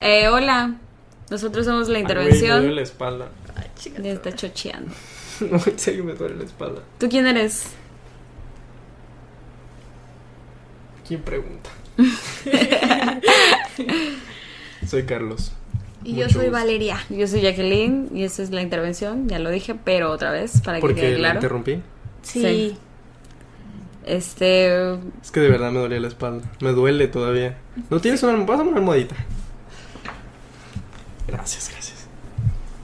Eh, hola, nosotros somos la Ay, Ah, güey, me intervención. duele la espalda. Ya está chocheando. No, en serio me duele la espalda. ¿Tú quién eres? ¿Quién pregunta? Soy Carlos. Y yo Mucho soy gusto. Valeria. Yo soy Jacqueline y esta es la intervención, ya lo dije, pero otra vez para que Porque quede la claro. interrumpí. Sí. Sí. Este, Es que de verdad me dolía la espalda. Me duele todavía. ¿No tienes una almohada? Pásame una almohadita. Gracias, gracias.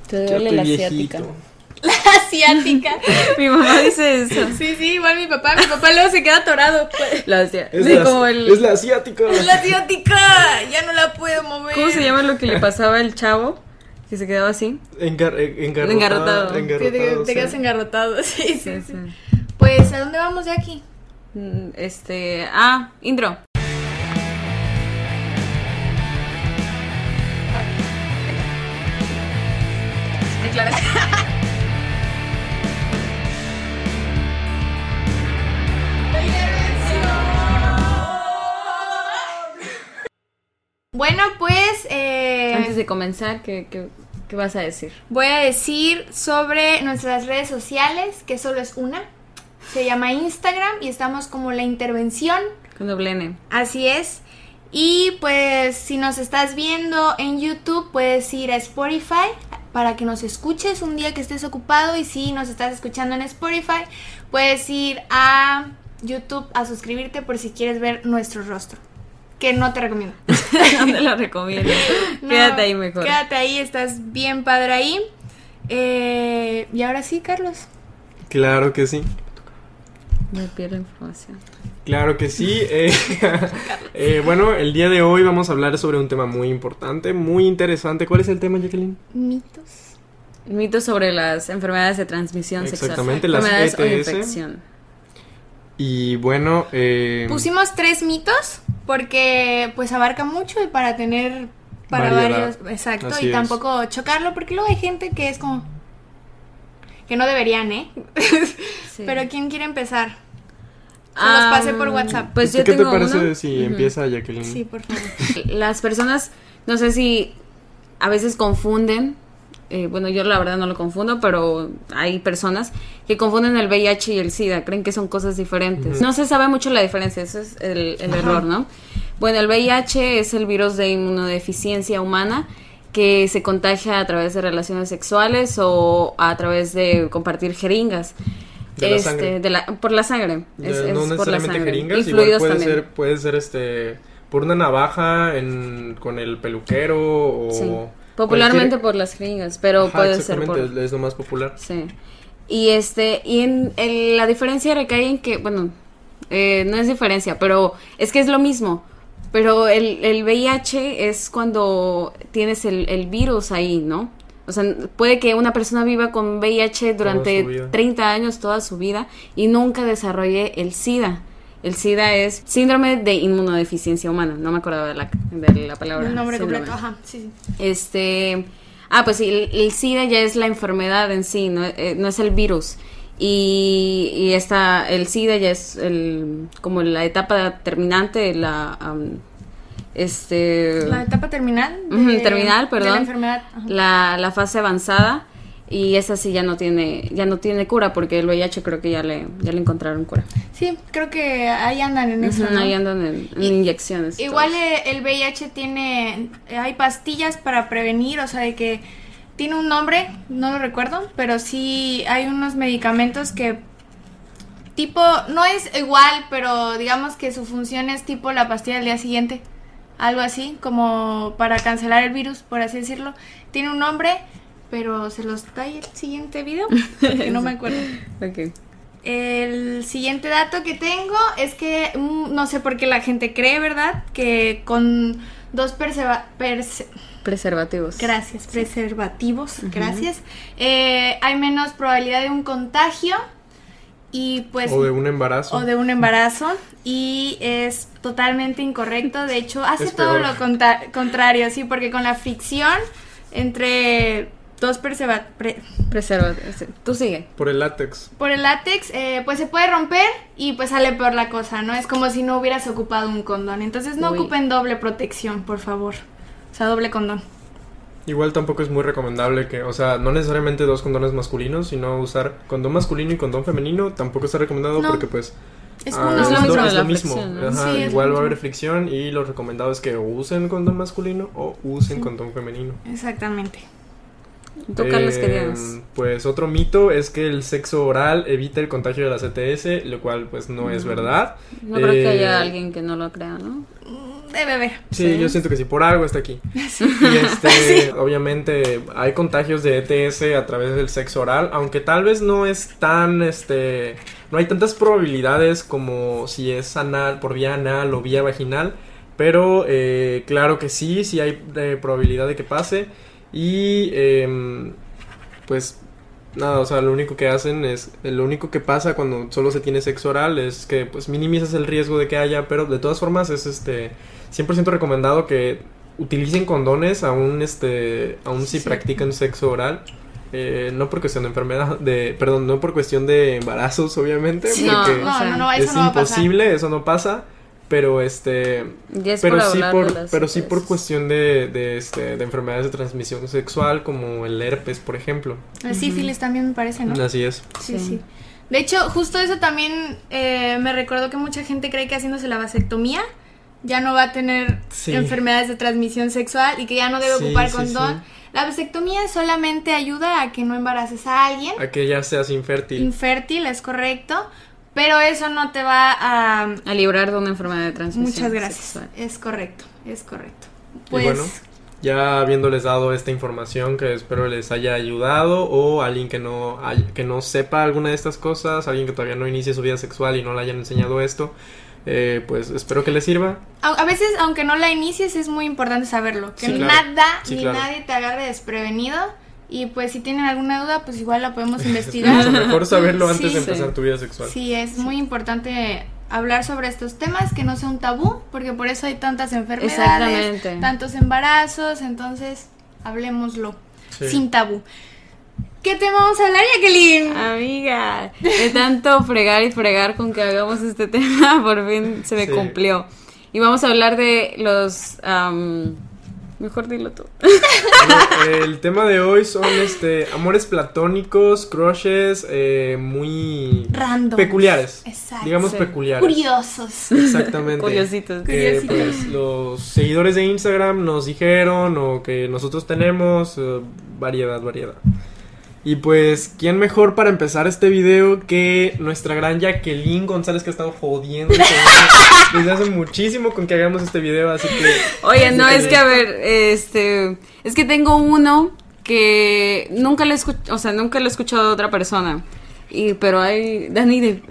te duele Ya la estoy asiática. viejito. Asiática. Mi mamá dice eso. Sí, sí, igual mi papá. Mi papá luego se queda atorado. pues. La asiática. Es, Sí, la, como el- es la asiática. La asiática. Ya no la puedo mover. ¿Cómo se llama lo que le pasaba al chavo? Que se quedaba así. Engar- eh, engarrotado. Engarrotado. Que te, Engarrotado. te sí. quedas engarrotado. Sí, sí, Sí, sí. sí. Pues, ¿a dónde vamos de aquí? Mm, Este, ah, intro. Bueno, pues eh, Antes de comenzar, ¿qué, qué, qué vas a decir? voy a decir sobre nuestras redes sociales, que solo es una. Se llama Instagram y estamos como la intervención Con doble N. Así es. Y pues si nos estás viendo en YouTube, puedes ir a Spotify para que nos escuches un día que estés ocupado. Y si nos estás escuchando en Spotify, puedes ir a YouTube a suscribirte por si quieres ver nuestro rostro. Que no te recomiendo. no te lo recomiendo. No, Quédate ahí mejor. Quédate ahí, estás bien padre ahí. Eh, y ahora sí, Carlos. Claro que sí. Me pierdo información. Claro que sí. eh, eh, bueno, el día de hoy vamos a hablar sobre un tema muy importante, muy interesante. ¿Cuál es el tema, Jacqueline? Mitos. Mitos sobre las enfermedades de transmisión sexual. Exactamente, las E enfermedades o ETS. infección. Y bueno, eh, Pusimos tres mitos porque pues abarca mucho y para tener para Variedad. varios, exacto, Así y es. tampoco chocarlo porque luego hay gente que es como que no deberían, ¿eh? Sí. Pero quién quiere empezar? Se los Ah, pasé por WhatsApp. Pues ¿qué yo te tengo parece uno. si Ujú. pues, empieza Jacqueline? Sí, por favor. Las personas, no sé si a veces confunden. eh, bueno, yo la verdad no lo confundo, pero hay personas que confunden el VIH y el SIDA, creen que son cosas diferentes. Ujú. No se sabe mucho la diferencia, ese es el, el error, ¿no? Bueno, el VIH es el virus de inmunodeficiencia humana que se contagia a través de relaciones sexuales o a través de compartir jeringas. Este, De la sangre. de la- por la sangre. Ya, es- es por no la necesariamente sangre. jeringas, Y igual fluidos puede también. ser, puede ser este por una navaja en, con el peluquero o Sí. Popularmente cualquier- por las jeringas, pero Ajá, puede ser por... exactamente, es, es lo más popular. Sí. Y este, y en, en la diferencia recae en que, bueno, eh, no es diferencia, pero es que es lo mismo. Pero el, el VIH es cuando tienes el, el virus ahí, ¿no? O sea, puede que una persona viva con VIH su vida. durante 30 años, toda su vida, y nunca desarrolle el SIDA. El SIDA es síndrome de inmunodeficiencia humana. No me acordaba de la, de la palabra. El nombre síndrome. completo, ajá, sí, sí. Este. Ah, pues sí, el, el SIDA ya es la enfermedad en sí, no, Eh, no es el virus. Y, y esta, el SIDA ya es el, como la etapa terminante, la. am, este. La etapa terminal de- Ujú, terminal, de perdón. la enfermedad. ajá. la, la fase avanzada. Y esa sí ya no tiene, ya no tiene cura, porque el VIH creo que ya le, ya le encontraron cura. Sí, creo que ahí andan en eso. Ujú, ¿no? Ahí andan en, en Y- inyecciones. y Igual todo eso. eh, el VIH tiene, eh, hay pastillas para prevenir, o sea, de que tiene un nombre, no lo recuerdo, pero sí hay unos medicamentos que tipo, no es igual, pero digamos que su función es tipo la pastilla del día siguiente, algo así, como para cancelar el virus, por así decirlo. Tiene un nombre, pero se los trae el siguiente video, que no me acuerdo. Ok. El siguiente dato que tengo es que mm, no sé por qué la gente cree, ¿verdad? Que con dos perseva- perse- Preservativos. gracias, preservativos, gracias, eh, hay menos probabilidad de un contagio y pues o de un embarazo. o de un embarazo y es totalmente incorrecto, de hecho hace Es todo peor. lo conta- contrario, sí, porque con la fricción entre dos perseva- pre- Preservativos. sí. Tú sigue. Por el látex. por el látex, eh, pues se puede romper y pues sale peor la cosa, ¿no? Es como si no hubieras ocupado un condón. Entonces no Uy. ocupen doble protección, por favor. O sea, doble condón. Igual tampoco es muy recomendable que, o sea, no necesariamente dos condones masculinos, sino usar condón masculino y condón femenino, tampoco está recomendado No. porque pues Es ah, uno es lo, mismo es de la lo mismo. fricción, ¿no? Ajá, Sí, es igual lo va a haber mismo. fricción y lo recomendado es que usen condón masculino o usen condón femenino. Exactamente. Tú, Carlos, Eh, querías. Pues otro mito es que el sexo oral evita el contagio de la CTS, lo cual pues no es verdad. No creo que eh, haya alguien que no lo crea, ¿no? Mm, Debe haber. Sí, Sí. yo siento que sí, por algo está aquí. Y este, obviamente hay contagios de ETS a través del sexo oral, aunque tal vez no es tan, este, no hay tantas probabilidades como si es anal, por vía anal o vía vaginal, pero eh, claro que sí, sí hay eh, probabilidad de que pase y em, pues nada, o sea, lo único que hacen es, lo único que pasa cuando solo se tiene sexo oral es que pues minimizas el riesgo de que haya, pero de todas formas es este 100% recomendado que utilicen condones aún este aún si Sí. practican sexo oral. eh, no por cuestión de enfermedad, de, perdón, no por cuestión de embarazos, obviamente, Sí, no, porque o sea, no, no, eso es no va a pasar. imposible, eso no pasa, pero este, Ya es pero por sí hablar de por, las pero sí por veces. cuestión de, de, este, de enfermedades de transmisión sexual como el herpes, por ejemplo. El sífilis también me parece, ¿no? Así es. Sí. Sí, sí. De hecho, justo eso también eh, me recordó que mucha gente cree que haciéndose la vasectomía ya no va a tener Sí. enfermedades de transmisión sexual y que ya no debe Sí, ocupar sí, condón. La vasectomía solamente ayuda a que no embaraces a alguien. A que ya seas infértil. Infértil, es correcto. Pero eso no te va a... A librar de una enfermedad de transmisión. Muchas gracias. sexual. Es correcto, es correcto. Y Pues... bueno, ya habiéndoles dado esta información que espero les haya ayudado o alguien que no, hay- que no sepa alguna de estas cosas, alguien que todavía no inicie su vida sexual y no le hayan enseñado esto, eh, pues espero que les sirva. A, a veces, aunque no la inicies, es muy importante saberlo. Que Sí, claro. nada Sí, ni claro. nadie te agarre desprevenido. Y pues si tienen alguna duda, pues igual la podemos Es mucho investigar. mejor saberlo antes Sí. de empezar tu vida sexual. Sí, es muy importante hablar sobre estos temas, que no sea un tabú, porque por eso hay tantas enfermedades, Exactamente. tantos embarazos, entonces hablemoslo Sí. sin tabú. ¿Qué tema vamos a hablar, Jacqueline? Ah. Amiga, de tanto fregar y fregar con que hagamos este tema, por fin se me Sí. cumplió. Y vamos a hablar de los... am, mejor dilo tú. Bueno, Eh, el tema de hoy son este amores platónicos, crushes, eh, muy Random. peculiares. Exacto. Digamos Sí. peculiares. Curiosos. Exactamente. Curiositos. Que, Curiositos. pues, los seguidores de Instagram nos dijeron o que nosotros tenemos eh, variedad, variedad. Y pues, ¿quién mejor para empezar este video que nuestra gran Jacqueline González que ha estado jodiendo y jodiendo desde hace muchísimo con que hagamos este video? Así que Oye, no, es que a Jacqueline. ver, este... Es que tengo uno que nunca lo he escuchado, o sea, nunca lo he escuchado de otra persona. Y, pero hay... Dani de...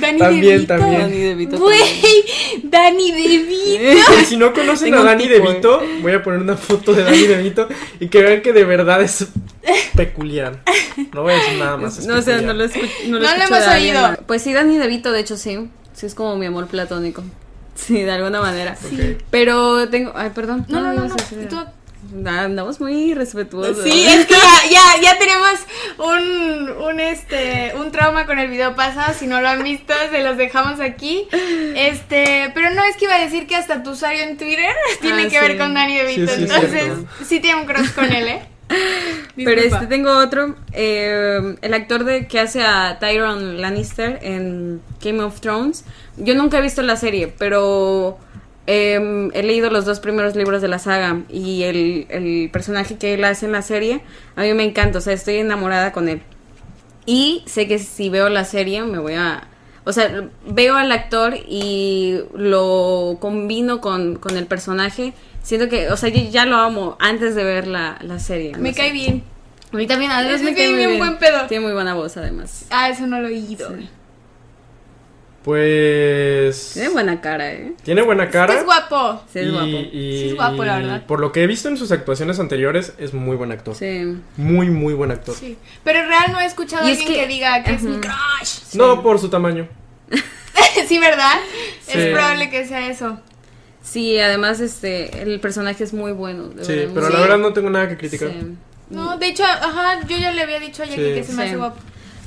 Dani También, DeVito. también. Dani de Vito también. Güey, Dani DeVito. Y si no conocen Tengo a un Dani tipo, eh. DeVito, voy a poner una foto de Dani DeVito y que vean que de verdad es peculiar. No voy a decir nada más. es No, o sea, no peculiar. lo, escu- no lo No lo escucho de hemos alguien oído. más. Pues sí, Dani DeVito, de hecho, sí. Sí, es como mi amor platónico. Sí, de alguna manera. Ok. Pero tengo... Ay, perdón. No, no, no, ibas a no. decir- Tú- Ah, Andamos muy respetuosos. Sí, es que ya, ya, ya tenemos un, un, este, un trauma con el video pasado. Si no lo han visto, se los dejamos aquí. Este, pero no es que iba a decir que hasta tu usuario en Twitter tiene Ah, que ver sí. con Dani DeVito. Sí, sí, es entonces, cierto. sí tiene un cross con él, ¿eh? Pero Disculpa. este tengo otro. eh, el actor de que hace a Tyron Lannister en Game of Thrones. Yo nunca he visto la serie, pero eh, he leído los dos primeros libros de la saga. Y el, el personaje que él hace en la serie, a mí me encanta. O sea, estoy enamorada con él. Y sé que si veo la serie me voy a... O sea, veo al actor y lo combino con, con el personaje. Siento que, o sea, yo ya lo amo antes de ver la, la serie. no Me sé. cae bien. A mí también, además Ese me cae tiene muy un bien. buen pedo. Tiene muy buena voz, además. Ah, eso no lo he oído. Sí. Pues. Tiene buena cara, ¿eh? Tiene buena Es que cara. es guapo. Sí, es y- guapo. y- Sí es guapo, la y verdad. Por lo que he visto en sus actuaciones anteriores, es muy buen actor. Sí. Muy, muy buen actor. Sí. Pero en real no he escuchado a Y es alguien que, que- diga que es mi Ajá. crush. No por su tamaño. sí, ¿verdad? Sí. Es probable que sea eso. Sí, además, este, el personaje es muy bueno. de Sí, verdad, pero muy la bueno. verdad no tengo nada que criticar. Sí. No, de hecho, ajá, yo ya le había dicho a Jackie Sí. que se me Sí. hace guapo.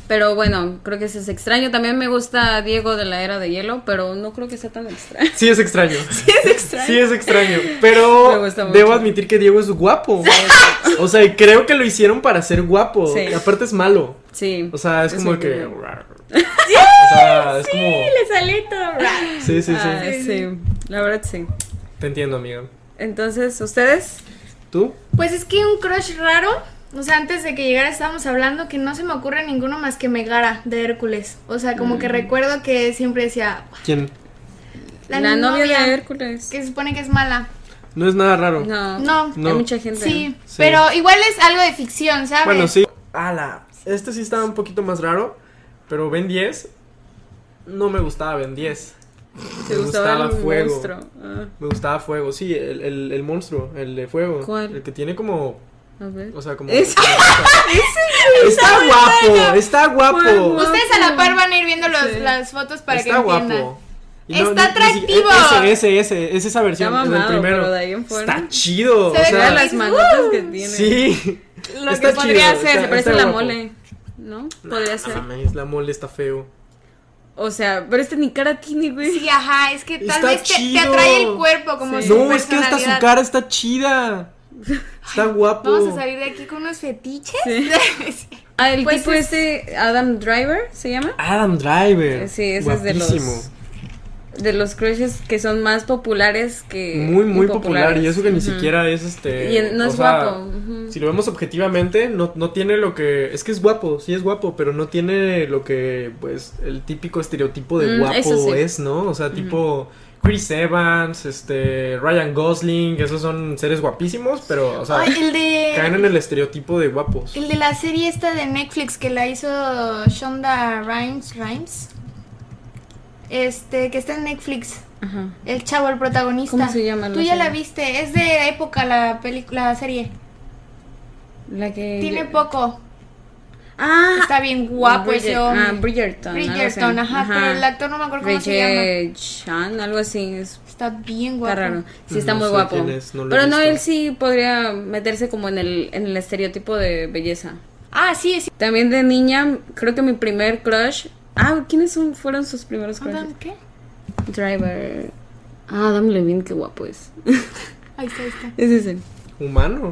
Pero bueno, creo que eso es extraño. También me gusta Diego de la Era de Hielo, pero no creo que sea tan extraño. Sí es extraño. Sí es extraño. Sí es extraño. Pero Me gusta mucho. debo admitir que Diego es guapo. O sea, y creo que lo hicieron para ser guapo. Sí. Y aparte es malo. Sí. O sea, es, Es como un que. niño. o sea, es como. le salió todo raro. Sí, sí, sí. Ah, sí, la verdad sí. Te entiendo, amiga. Entonces, ¿ustedes? ¿Tú? Pues es que un crush raro. O sea, antes de que llegara estábamos hablando que no se me ocurre ninguno más que Megara de Hércules. O sea, como Mm. que recuerdo que siempre decía ¿Quién? La, novia, de Hércules. Ah. que se supone que es mala. No es nada raro. No. No. No. Hay mucha gente. Sí, Sí. pero igual es algo de ficción, ¿sabes? Bueno, sí. Ala, este sí estaba un poquito más raro. Pero Ben 10. No me gustaba Ben 10. Te Me gustaba el gustaba Fuego. monstruo. Ah, Me gustaba Fuego, sí, el, el, el monstruo, el de Fuego. ¿Cuál? El que tiene como. a ver. O sea, como. Ese- está guapo, está ¿Cuál guapo. guapo? Ustedes a la par van a ir viendo los- Sí. las fotos para está que entiendan. guapo. Y ni- Está ni siquiera- atractivo. Ese, ese, ese, es esa versión, Está el del mamado, primero. pero de ahí en fuera. Está chido. Se o ve Mira sea, las manotas Uh. que tiene. Sí. Lo Está que podría chido, ser. Se parece Está a la guapo. mole. ¿No? Podría ser. Ah, mames, la mole está feo. O sea, pero este ni cara tiene, güey. Sí, ajá, es que tal Está vez te, te chido. atrae el cuerpo como Sí. su No, es que hasta su personalidad. cara está chida. Está guapo. Vamos a salir de aquí con unos fetiches. Sí. Sí. Ah, el Pues tipo es- este, Adam Driver, ¿se llama? Adam Driver. Sí, ese es de los- Guapísimo. De los crushes que son más populares que... Muy, muy popular. impopulares. Y eso que ni Ujú. siquiera es este. Y en- no o es sea, guapo, ujú. Si lo vemos objetivamente, no, no tiene lo que. Es que es guapo, sí es guapo, pero no tiene lo que, pues, el típico estereotipo de Mm, guapo eso sí. es, ¿no? O sea, tipo. Chris Evans, este, Ryan Gosling, esos son seres guapísimos, pero, o sea, Ay, el caen de. en el estereotipo de guapos. El de la serie esta de Netflix que la hizo Shonda Rhimes. Rhimes. Este, que está en Netflix. Ajá. El chavo, el protagonista. ¿Cómo se llama la Tú ya la serie? viste, es de época la película, la serie. La que... Tiene poco. Ah, Está bien guapo Bridget- ese hombre. Ah, Bridgerton. algo así. Bridgerton, ajá, pero el actor no me acuerdo cómo se llama. Bridget Chan, algo así. Es Está bien está guapo. raro. Sí, está No muy sé guapo. quién es, no lo he pero no, visto. él sí podría meterse como en el, en el estereotipo de belleza. Ah, sí, sí. También de niña, creo que mi primer crush. Ah, ¿quiénes son- fueron sus primeros crushes? ¿Qué? Driver. Ah, Adam Levine, qué guapo es. Ahí está, ahí está. es ese. ¿Humano?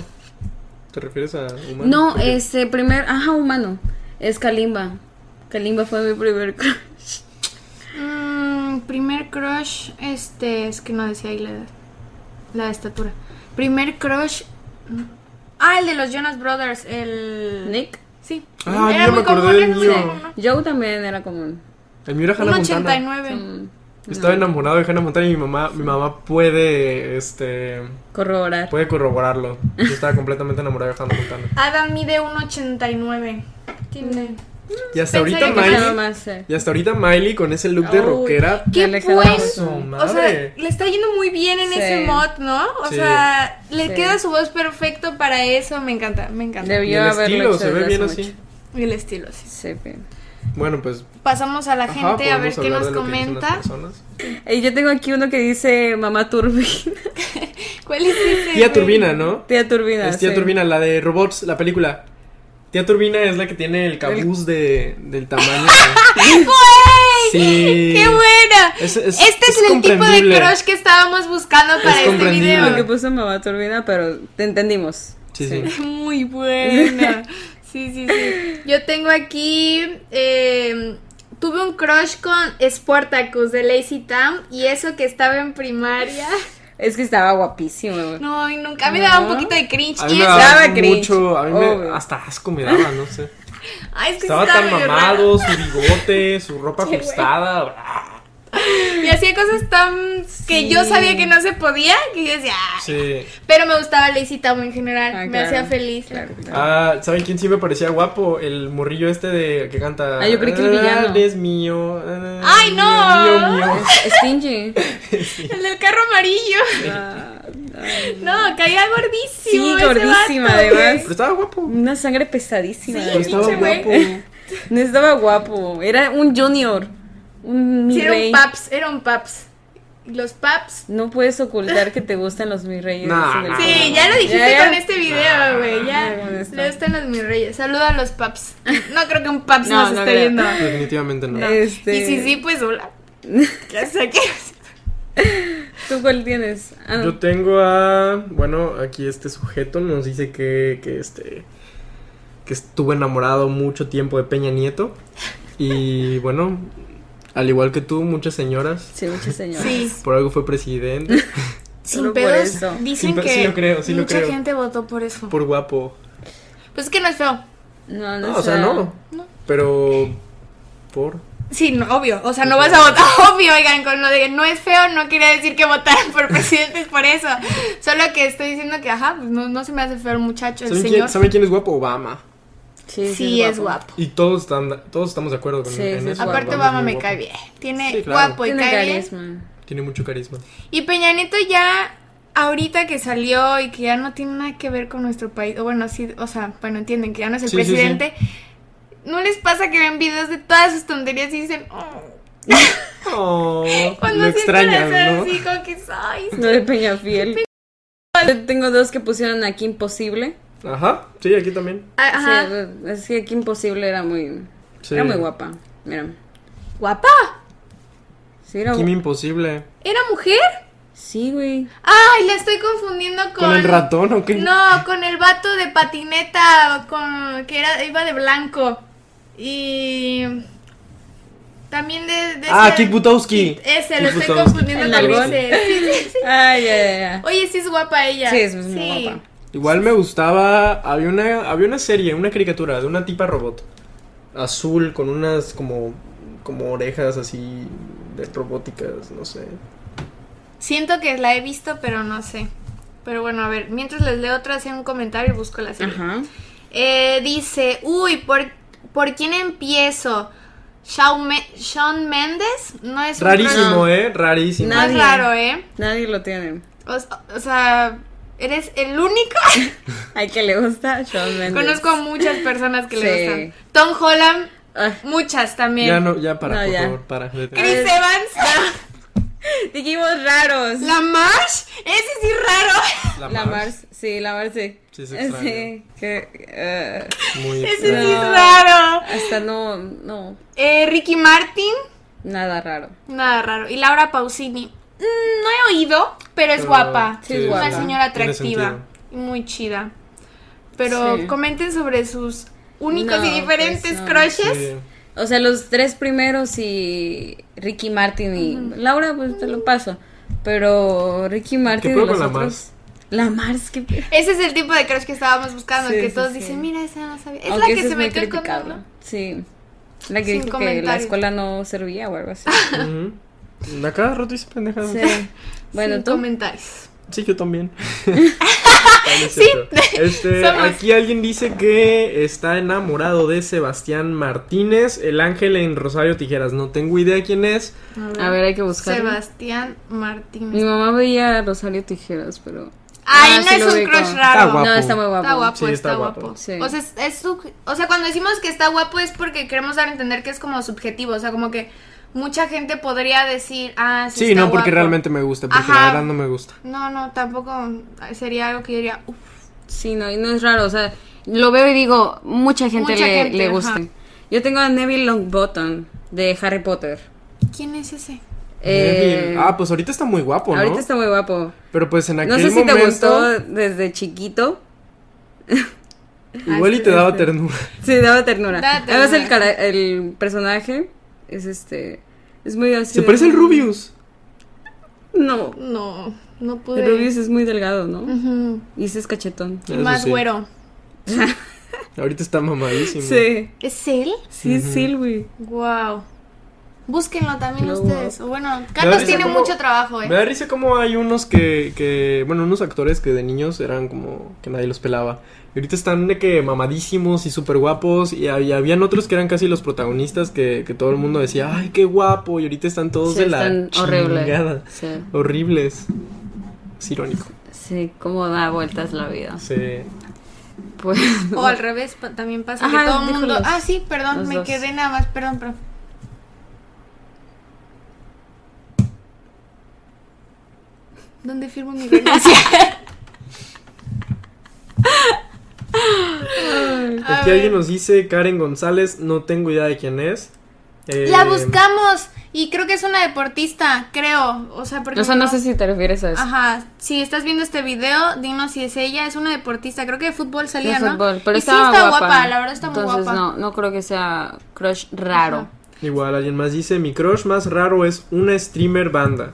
¿Te refieres a humano? No, Porque- este primer. Ajá, humano. Es Kalimba. Kalimba fue mi primer crush. Mm, primer crush, este, es que no decía ahí la edad. La estatura. Primer crush. mm, Ah, el de los Jonas Brothers, el. Nick. Sí. Ah, Era yo me muy acordé común, del era muy mío. común, ¿no? Joe también era común. El mío era Un Hannah Montana. 89. Mm, Estaba enamorado de Hannah Montana y mi mamá, mi mamá puede, este, corroborar. puede corroborarlo. Yo estaba completamente enamorado de Hannah Montana. Adam mide 1,89. Tiene. Y hasta Pensé ahorita que Nada Miley. Miley, más, eh. y hasta ahorita Miley con ese look de Ouch. rockera. ¡Qué Alejandro. buen! Su O sea, madre. le está yendo muy bien en Sí. ese mod, ¿no? O Sí. sea, le Sí. queda su voz perfecto para eso. Me encanta, me encanta. Y Debió el haberlo estilo hecho se ve desde bien hace así. mucho. Y el estilo, sí. Sí, ve. Bueno, pues Pasamos a la ajá, gente a ver podemos qué hablar nos de lo que dicen las comenta. personas. Y yo tengo aquí uno que dice mamá turbina. ¿Cuál es ese? Tía güey? Turbina, ¿no? Tía turbina. Es Tía sí. Turbina, la de Robots, la película. Tía Turbina es la que tiene el cabuz de, del tamaño. que- ¡Güey! Sí. ¡Qué buena! Es- es- este es, es el tipo de comprendible. crush que estábamos buscando para este comprendible. Porque video. puso mamá turbina, pero te entendimos. Sí, sí. Muy buena. Sí, sí, sí. Yo tengo aquí. eh, tuve un crush con Sportacus de Lazy Town y eso que estaba en primaria. Es que estaba guapísimo. güey. No, y nunca. A mí me daba un No. poquito de cringe. A mí ¿Quién me es? daba daba cringe, mucho, a mí me- obvio. hasta asco me daba, no sé. Ay, es que sí Estaba tan medio mamado, su bigote, su ropa ajustada. ah, raro. Y hacía cosas tan. que Sí. yo sabía que no se podía. Que yo decía. "Ah". Sí. Pero me gustaba Lazy Town en general. Ah, me claro, hacía feliz. claro, claro. Ah, ¿saben quién sí me parecía guapo? El morrillo este de que canta. Ah, yo creí que el villano. Eres mío. ah, ¡Ay, no! Mío, mío. Es Stingy. El del carro amarillo. Ah, ay. No, caía gordísimo. Sí, ese gordísima, vato, además. Pero estaba guapo. Una sangre pesadísima. Pero estaba pinche güey. guapo. No estaba guapo. Era un junior. Un mi Sí, era rey. un paps, era un paps. los paps. No puedes ocultar que te gustan los mis reyes. Nah, nah, Sí, no, ya lo dijiste Ya, ya. con este video, güey. ya ya. con esto. Le gustan los mis reyes. Saluda a los paps. No creo que un paps No, nos no esté creo. viendo. Definitivamente no. No. Este- Y si sí, pues hola. ¿Qué haces aquí? ¿Tú cuál tienes? Ah, no. Yo tengo a. Bueno, aquí este sujeto nos dice que, que este. que estuvo enamorado mucho tiempo de Peña Nieto. Y bueno, al igual que tú, muchas señoras. Sí, muchas señoras. Sí. Por algo fue presidente. Solo Sin por pedos. eso. Dicen Sin pe- que sí lo creo, sí lo mucha creo. gente votó por eso. Por guapo. Pues es que no es feo. No, no, No, o sea, no. Pero. Por. Sí, no, obvio. O sea, no vas a votar. Obvio, oigan, con lo de no es feo, no quería decir que votaran por presidentes por eso. Solo que estoy diciendo que, ajá, pues no, no se me hace feo el muchacho, el ¿Saben señor. quién, saben quién es guapo? Obama. Sí, sí, es guapo. Y todos, están, todos estamos de acuerdo con Sí, en sí, eso. guapo. Aparte, es Obama muy me guapo. cae bien. Tiene Sí, claro. guapo y Tiene cae bien. carisma. Tiene mucho carisma. Y Peña Nieto ya, ahorita que salió y que ya no tiene nada que ver con nuestro país, o bueno, sí, o sea, bueno, entienden que ya no es el Sí, sí, sí. presidente. ¿No les pasa que ven videos de todas sus tonterías y dicen, oh, Oh, cuando lo sienten hacer extrañan, ¿no? así, como que, ay, No de Peñafiel. Yo tengo dos que pusieron aquí imposible. Ajá, sí, aquí también. Ah, Ajá. Sí, es que aquí imposible era muy. Sí. Era muy guapa. Mira. ¿Guapa? Sí, era Kim gu- Imposible. ¿Era mujer? Sí, güey. Ay, la estoy confundiendo con... ¿Con el ratón o qué? No, con el vato de patineta, con que era iba de blanco. Y... También de... de Ah, ese- Kick Butowski. Ese, Kick lo estoy Butowski. confundiendo ¿El con algodón? ese. Sí, sí, sí. Ay, ya, ya, ya. Oye, sí es guapa ella. Sí, es muy guapa. Igual me gustaba. Había una, había una serie, una caricatura de una tipa robot. Azul, con unas como. como orejas así. de robóticas, no sé. Siento que la he visto, pero no sé. Pero bueno, a ver, mientras les leo otra, hacen un comentario y busco la serie. Ajá. Eh, dice, uy, ¿por, ¿por quién empiezo? Shawn, Me- Shawn Mendes no es un Rarísimo, No. ¿eh? Rarísimo. pro- no es Nadie. raro, ¿eh? Nadie lo tiene. O, o sea, eres el único. Ay, que le gusta Shawn Mendes. Conozco a muchas personas que Sí. le gustan. Tom Holland, Ay, muchas también. Ya no, ya para, No, por ya. favor, para. vete. Chris ver. Evans, dijimos raros. la Marsh, ese sí es raro. La Mars, sí, la Mars, sí. Sí, es Eh, extraño. sí, que, eh, Muy Ese sí es No. raro. hasta no, no, Eh, Ricky Martin, nada raro. nada raro. Y Laura Pausini, mm, no he oído, pero es Pero- guapa. Sí, es guapa. Una señora Tiene atractiva sentido. y muy chida. Pero Sí. comenten sobre sus únicos No, y diferentes pues no. crushes. Sí. O sea, los tres primeros y Ricky Martin y Laura, pues te lo paso. Pero Ricky Martin pedo y los con la otros. Mars? La Mars, qué pe- Ese es el tipo de crush que estábamos buscando, Sí, que sí, todos sí. dicen, mira, esa no sabía. Es Aunque la que ese se muy metió con criticable. todo. Sí. La que Sin dijo que la comentarios. escuela no servía o algo así. Ujú. Acá rato hice pendejadas. Sí. Bueno, Sin tú. comentarios. Sí, yo también. sí. Este, somos. aquí alguien dice que está enamorado de Sebastián Martínez, el ángel en Rosario Tijeras. No tengo idea quién es. A ver, hay que buscarlo. Sebastián Martínez. Mi mamá veía a Rosario Tijeras, pero. Ay, Ah, no sí es lo un ubico. crush raro. Está guapo. No, está muy guapo. Está guapo, Sí, está, está guapo. guapo. Sí. O, sea, es- es su- o sea, cuando decimos que está guapo es porque queremos dar a entender que es como subjetivo. O sea, como que mucha gente podría decir, ah, sí. Sí, está no porque guapo. realmente me gusta, porque Ajá. la verdad no me gusta. No, no, tampoco sería algo que yo diría, uff. Sí, no, y no es raro. O sea, lo veo y digo, mucha gente Mucha le, gente, le ajá. gusta. Yo tengo a Neville Longbottom de Harry Potter. ¿Quién es ese? Eh, Neville. Ah, pues ahorita está muy guapo, ¿no? Ahorita está muy guapo. Pero pues en aquel No sé si momento te gustó Ah, desde chiquito. igual y te daba este. ternura. Sí, daba ternura. Daba Además, el, ternura. cara- el personaje es este. Es muy así. Se de- parece al Rubius. No. No, no pude. El Rubius es muy delgado, ¿no? Ujú. Y ese es cachetón. Y Eso más sí. güero. Ahorita está mamadísimo. Sí. ¿Es él? Sí, sí, güey. Wow. Búsquenlo también Lo ustedes. Bueno, Me da Carlos risa tiene cómo- mucho trabajo, eh. Me da risa como hay unos que, que, bueno, unos actores que de niños eran como que nadie los pelaba. Y ahorita están de que mamadísimos y súper guapos. Y, hab- y habían otros que eran casi los protagonistas que, que todo el mundo decía, ay, qué guapo. Y ahorita están todos Sí, de la están horribles. chingada. Sí. Horribles. Es irónico. Sí, cómo da vueltas la vida. Sí. Pues. O al revés, pa- también pasa Ajá, que todo el dijo mundo. los- Ah, sí, perdón, los me dos. quedé nada más, perdón, perdón. ¿Dónde firmo mi renuncia? A Aquí alguien ver. nos dice Karen González, no tengo idea de quién es. Eh, La buscamos y creo que es una deportista, creo. O sea, porque. O sea, no sé si te refieres a eso. Ajá, si estás viendo este video, dinos si es ella, es una deportista, creo que de fútbol De salía, ¿no? fútbol, pero y sí estaba está guapa. la verdad está muy Entonces, guapa. No, no creo que sea crush raro. Ajá. Igual alguien más dice, mi crush más raro es una streamer banda.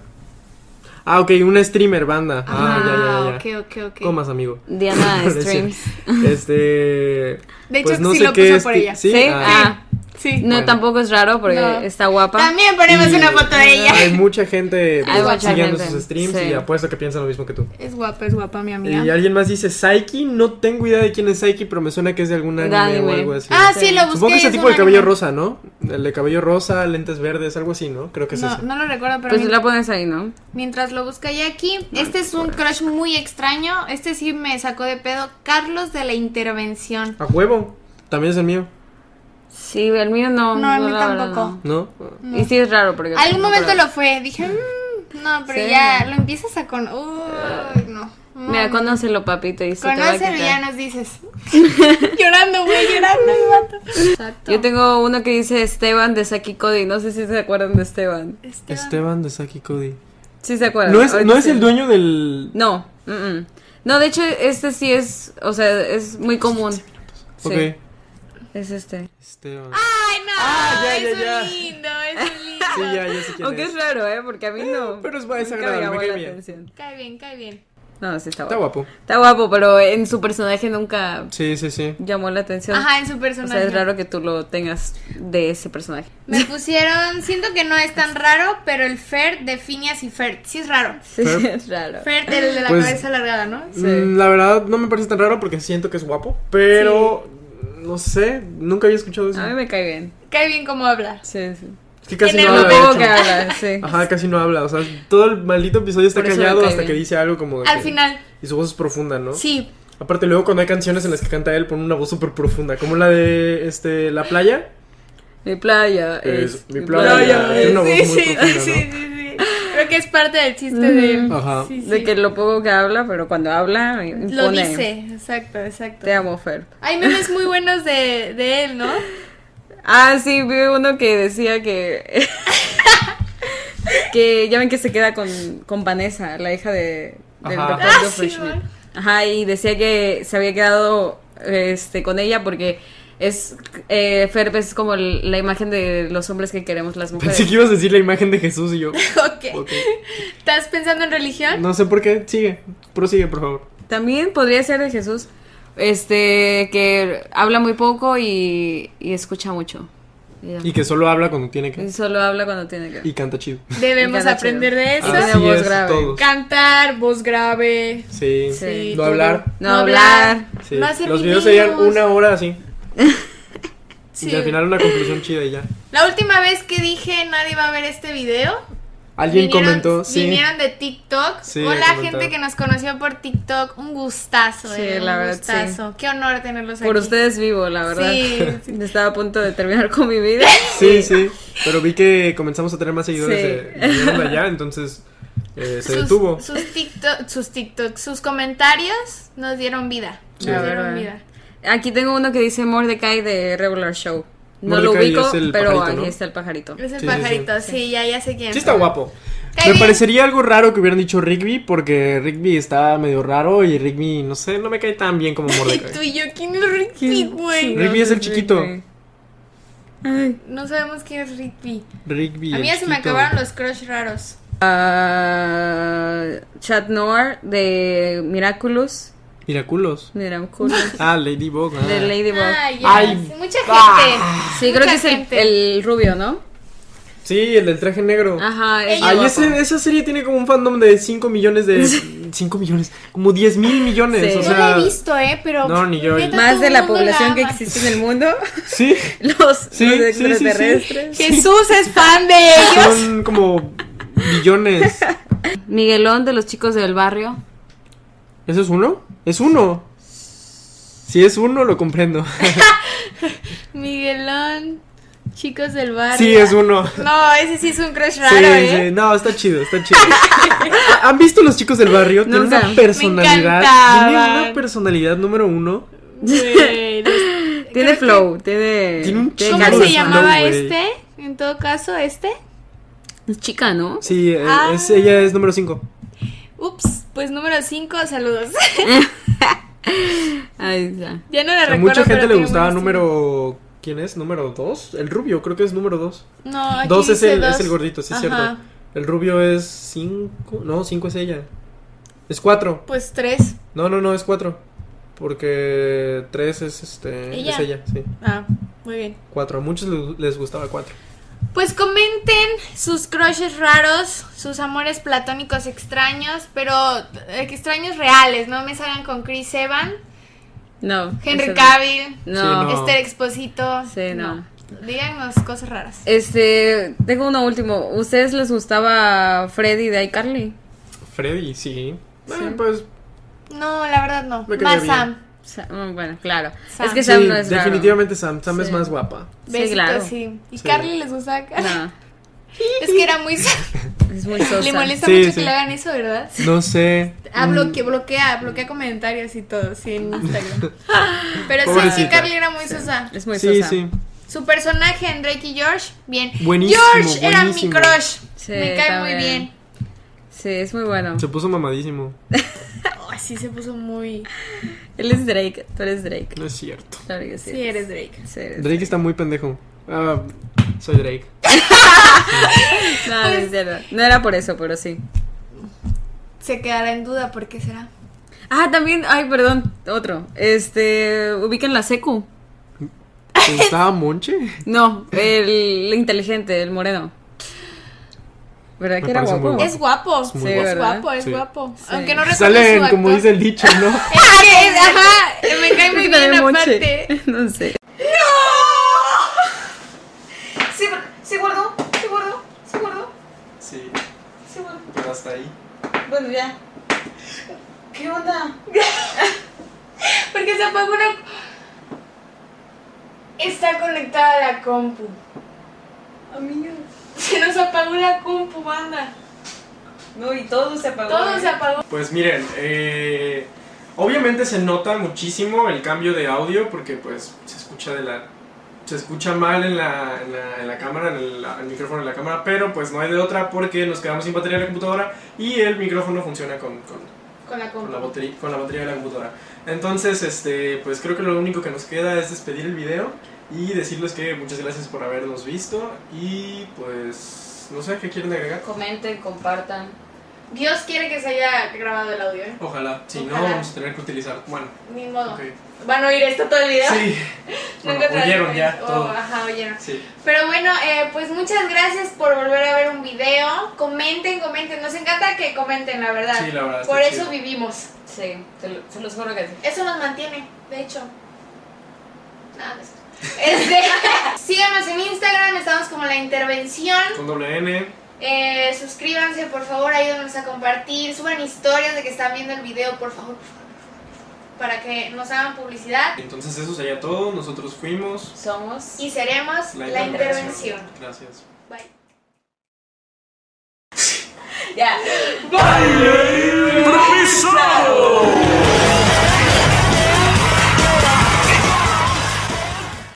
Ah, ok, una streamer banda. Ah, ya, ya, ya. ok, ok, ok. Comas, amigo. Diana Es decir, Streams. Este. pues De hecho, sí lo puso por ella. Sí, ¿Sí? Ah, Ah, Sí. no, Bueno. tampoco es raro porque No. está guapa. También ponemos Y- una foto de ella. Hay mucha gente pues, Hay mucha siguiendo gente, sus streams sí. y apuesto que piensa lo mismo que tú. Es guapa, es guapa, mi Y amiga. alguien más dice Psyche, no tengo idea de quién es Psyche, pero me suena que es de algún anime, De anime. o algo así. Ah, sí, lo busqué. Supongo que ese es tipo un de cabello anime. rosa, ¿no? El de cabello rosa, lentes verdes, algo así, ¿no? Creo que es No, ese. no lo recuerdo, pero Pues mien- la pones ahí, ¿no? mientras lo busca ya aquí, este es un crush muy extraño. Este sí me sacó de pedo. Carlos de la Intervención. A huevo, también es el mío, Sí, el mío no. No, el mío la verdad, tampoco. ¿no? no. Y sí es raro porque. Algún no momento creo. lo fue, dije, "Mm, no, pero Sí. ya lo empiezas a con. Uy, no. no, Mira, no. conócelo, papito. Y se te va a Conócelo y quitar. ya nos dices. llorando, güey, llorando el vato. Exacto. Yo tengo uno que dice Esteban de Saki Cody. No sé si se acuerdan de Esteban. Esteban. Esteban de Saki Cody. Sí se acuerdan. ¿No es, ahorita ¿no es sí. el dueño del...? No. mm, mm. No, de hecho, este sí es. O sea, es muy común. Ok. Sí, es este. Esteban. Ay, no, Ah, ya, es ya, un ya. lindo, es un lindo. Sí, ya, ya sé quién Aunque es. es raro, ¿eh? Porque a mí no. pero es- es nunca agradable, llamó me cae la bien. atención. Cae bien, cae bien. No, sí está Está guapo. guapo. Está guapo, pero en su personaje nunca Sí, sí, sí. llamó la atención. Ajá, en su O personaje. sea, es raro que tú lo tengas de ese personaje. Me pusieron, siento que no es tan raro, pero el Fer de Phineas y Fer, sí es raro. Sí, Pero- sí, es raro. Fer, el de la Pues- cabeza alargada, ¿no? Sí. Mm, La verdad no me parece tan raro porque siento que es guapo, pero no sé, nunca había escuchado eso. A mí me cae bien. Cae bien como habla. Sí, sí. Es que casi Tiene no Lo lo habla. poco de poco hecho. que habla, sí. Ajá, casi no habla. O sea, todo el maldito episodio está Por eso me callado cae hasta que bien. dice algo como. de Al que- final, Y su voz es profunda, ¿no? sí. Aparte, luego cuando hay canciones en las que canta él, pone una voz súper profunda. Como la de este, La Playa. Mi playa es, Es mi playa. Tiene una voz sí, muy sí, profunda, sí, sí, sí, sí. Creo que es parte del chiste de... Ajá. Sí, sí. De que lo poco que habla, pero cuando habla, impone. Lo dice, exacto, exacto. Te amo, Fer. Hay memes muy buenos de, de él, ¿no? Ah, sí, vi uno que decía que. que ya ven que se queda con, con Vanessa, la hija de, del Ajá. doctor Ah, sí, Frischman. ¿verdad? Ajá, y decía que se había quedado este, con ella porque es. Eh, Fer es como el- la imagen de los hombres que queremos las mujeres. Pensé que ibas a decir la imagen de Jesús y yo. Ok. ok. ¿Estás pensando en religión? No sé por qué. Sigue. Prosigue, por favor. También podría ser de Jesús, este, que habla muy poco y, y escucha mucho. Y, ya. Y que solo habla cuando tiene Y que. solo habla cuando tiene que. Y canta chido. Debemos Cada aprender chido. de eso. Tiene Así voz es, grave. todos. Cantar, voz grave. Sí. Sí, No todo. hablar. No hablar. Sí. No hacer Los videos serían videos. una hora así. Sí. Y al final una conclusión chida y ya. La última vez que dije nadie va a ver este video, Alguien vinieron, comentó. Sí. vinieron de TikTok. Sí, Hola comentaron. gente que nos conoció por TikTok, un gustazo, Sí, eh, la un verdad, gustazo. Qué honor tenerlos aquí. Por ustedes vivo, la verdad. Sí, Estaba a punto de terminar con mi vida. Sí, sí. Pero vi que comenzamos a tener más seguidores Sí. de, de Yolanda ya, entonces eh, se sus, detuvo. Sus TikTok, sus TikTok, sus comentarios nos dieron vida. Sí. Nos La dieron verdad. vida. Aquí tengo uno que dice Mordecai de Regular Show. No Mordecai lo es ubico, el pero pajarito, ahí ¿no? está el pajarito. Es el Sí, sí, pajarito, sí, ya, ya sé quién. Sí está guapo. Cae Me bien. parecería algo raro que hubieran dicho Rigby, porque Rigby está medio raro y Rigby, no sé, no me cae tan bien como Tú Mordecai. y yo, ¿quién es Rigby, güey? Rigby es el chiquito. Ay. No sabemos quién es Rigby. Rigby. A mí el ya se me chiquito. acabaron los crush raros. Ah, Chad Noir de Miraculous. Miraculos. Miraculous. Ah, Ladybug. ah. de Ladybug. Ay, ya. Ay, sí, mucha ah. gente. Sí, creo mucha que es el, gente. el rubio, ¿no? Sí, el del traje negro. Ah, Ajá, es Ay, guapo. ese- esa serie tiene como un fandom de 5 millones de... 5 millones, como 10 mil millones, Sí. o No No la sea... he visto, ¿eh? Pero. No, ni yo. neta, Más todo de la el mundo población que ama. existe en el mundo, Sí, los, Sí, los sí, sí, sí. extraterrestres. Jesús es fan de ellos. son como billones. Miguelón de los chicos del barrio. ¿Eso es uno? Es uno. Si es uno, lo comprendo. Miguelón. Chicos del barrio. Sí, es uno. No, ese sí es un crush raro, sí, ¿eh? sí. No, está chido, está chido. ¿Han visto los chicos del barrio? Tienen Nunca. una personalidad. encantaban. Tienen una personalidad número uno. Güey, los- Tiene creo que- flow, tiene. Tiene un tiene chingo ¿Cómo Carlos se carisma. llamaba Flow, güey. este? En todo caso, este. Es chica, ¿no? Sí, eh, Ah. es- ella es número 5. Ups, pues número 5, saludos. Ahí está. ya no la A recuerdo. mucha pero gente le tiene gustaba buenos- número. ¿Quién es? ¿Número 2? El rubio, creo que es número 2. No, aquí 2 es dice el, dos. es el gordito, sí, es Ajá. cierto. El rubio es 5. No, 5 es ella. Es 4. Pues 3. No, no, no, es 4. Porque 3 es este. Ella. Es ella, sí. Ah, muy bien. 4. A muchos les- les gustaba 4. Pues comenten sus crushes raros, sus amores platónicos extraños, pero extraños reales, no me salgan con Chris Evans, No. Henry ese no. Cavill, No. Sí, no. Esther Exposito. Sí, no. Díganos cosas raras. Este, tengo uno último. ¿Ustedes les gustaba Freddy de iCarly? Freddy, sí. Eh, pues No, la verdad no. Me caía Más bien. Sam. Sa- mm, bueno, claro. Sam. Es que sí, Sam no es raro. definitivamente Sam. Sam es Sí. más guapa. Sí, Besitos, claro. sí. Y Sí. Carly les gusta a Carly. No, Es que era muy. es muy sosa. Le molesta Sí, mucho sí. que le hagan eso, ¿verdad? No sé. Ah, Mm, bloque- bloquea, bloquea comentarios y todo, sí, en Instagram. Pero sí, sí, Pobrecita. Carly era muy sosa. Es muy Mm, Sí, sosa. sí. Su personaje en Drake y George, bien. Buenísimo, George era mi buenísimo. crush. Sí, Me cae está muy bien. bien. Sí, es muy bueno. Se puso mamadísimo. Ay, Oh, sí se puso muy. Él es Drake, tú eres Drake. No es cierto. Claro que sí. Sí, eres Drake. Sí, eres- Drake está muy pendejo. Ah, soy Drake. No, no es cierto. No era por eso, pero sí. Se quedará en duda, ¿por qué será? Ah, también, ay, perdón, otro. Este, ubican la secu. ¿Te gustaba Monche? No, el inteligente, el moreno. ¿Verdad Me que era parece muy guapo? guapo. Es guapo. muy Sí, guapo. es ¿verdad? guapo, es Sí. guapo. Sí. Aunque no recuerdo su Salen, actor. como dice el dicho, ¿no? Es que es- ajá, me cae muy bien También Monche. aparte. No sé. Sí, sí guardó, sí guardó, sí guardó, Sí, sí guardó. pero hasta ahí. Bueno, ya. ¿Qué onda? Porque se apagó una... Está conectada a la compu. Amigos. Se nos apagó la compu, banda. No, y todo se apagó. Todo se apagó. Pues miren, eh, obviamente se nota muchísimo el cambio de audio porque pues se escucha de la se escucha mal en la, en la- en la cámara, en el, el micrófono de la cámara, pero pues no hay de otra porque nos quedamos sin batería en la computadora y el micrófono funciona con, con- Con la con la, compu. batería, con la batería de la computadora. Entonces, este, pues creo que lo único que nos queda es despedir el video y decirles que muchas gracias por habernos visto y pues no sé qué quieren agregar. Comenten, compartan. Dios quiere que se haya grabado el audio, ¿eh? Ojalá, si no Ojalá. Oh. vamos a tener que utilizar. Bueno, Ni modo. ok. ¿Van a oír esto todo el video? Sí. No Bueno, encontraron- oyeron ya Oh, todo. Ajá, oyeron. Sí. Pero bueno, eh, pues muchas gracias por volver a ver un video. Comenten, comenten. Nos encanta que comenten, la verdad. Sí, la verdad, está Ah, Por eso chido. vivimos. Sí, se, los juro que sí. Eso nos mantiene, de hecho. Nada de eso. Este, síganos en Instagram, estamos como la intervención. Con doble N. Eh, suscríbanse, por favor, ayúdenos a compartir. Suban historias de que están viendo el video, por favor. por favor, por favor, Para que nos hagan publicidad. Entonces eso sería todo. Nosotros fuimos Somos. Y seremos la, intervención. Gracias. Bye. Ya. ¡Improvisado!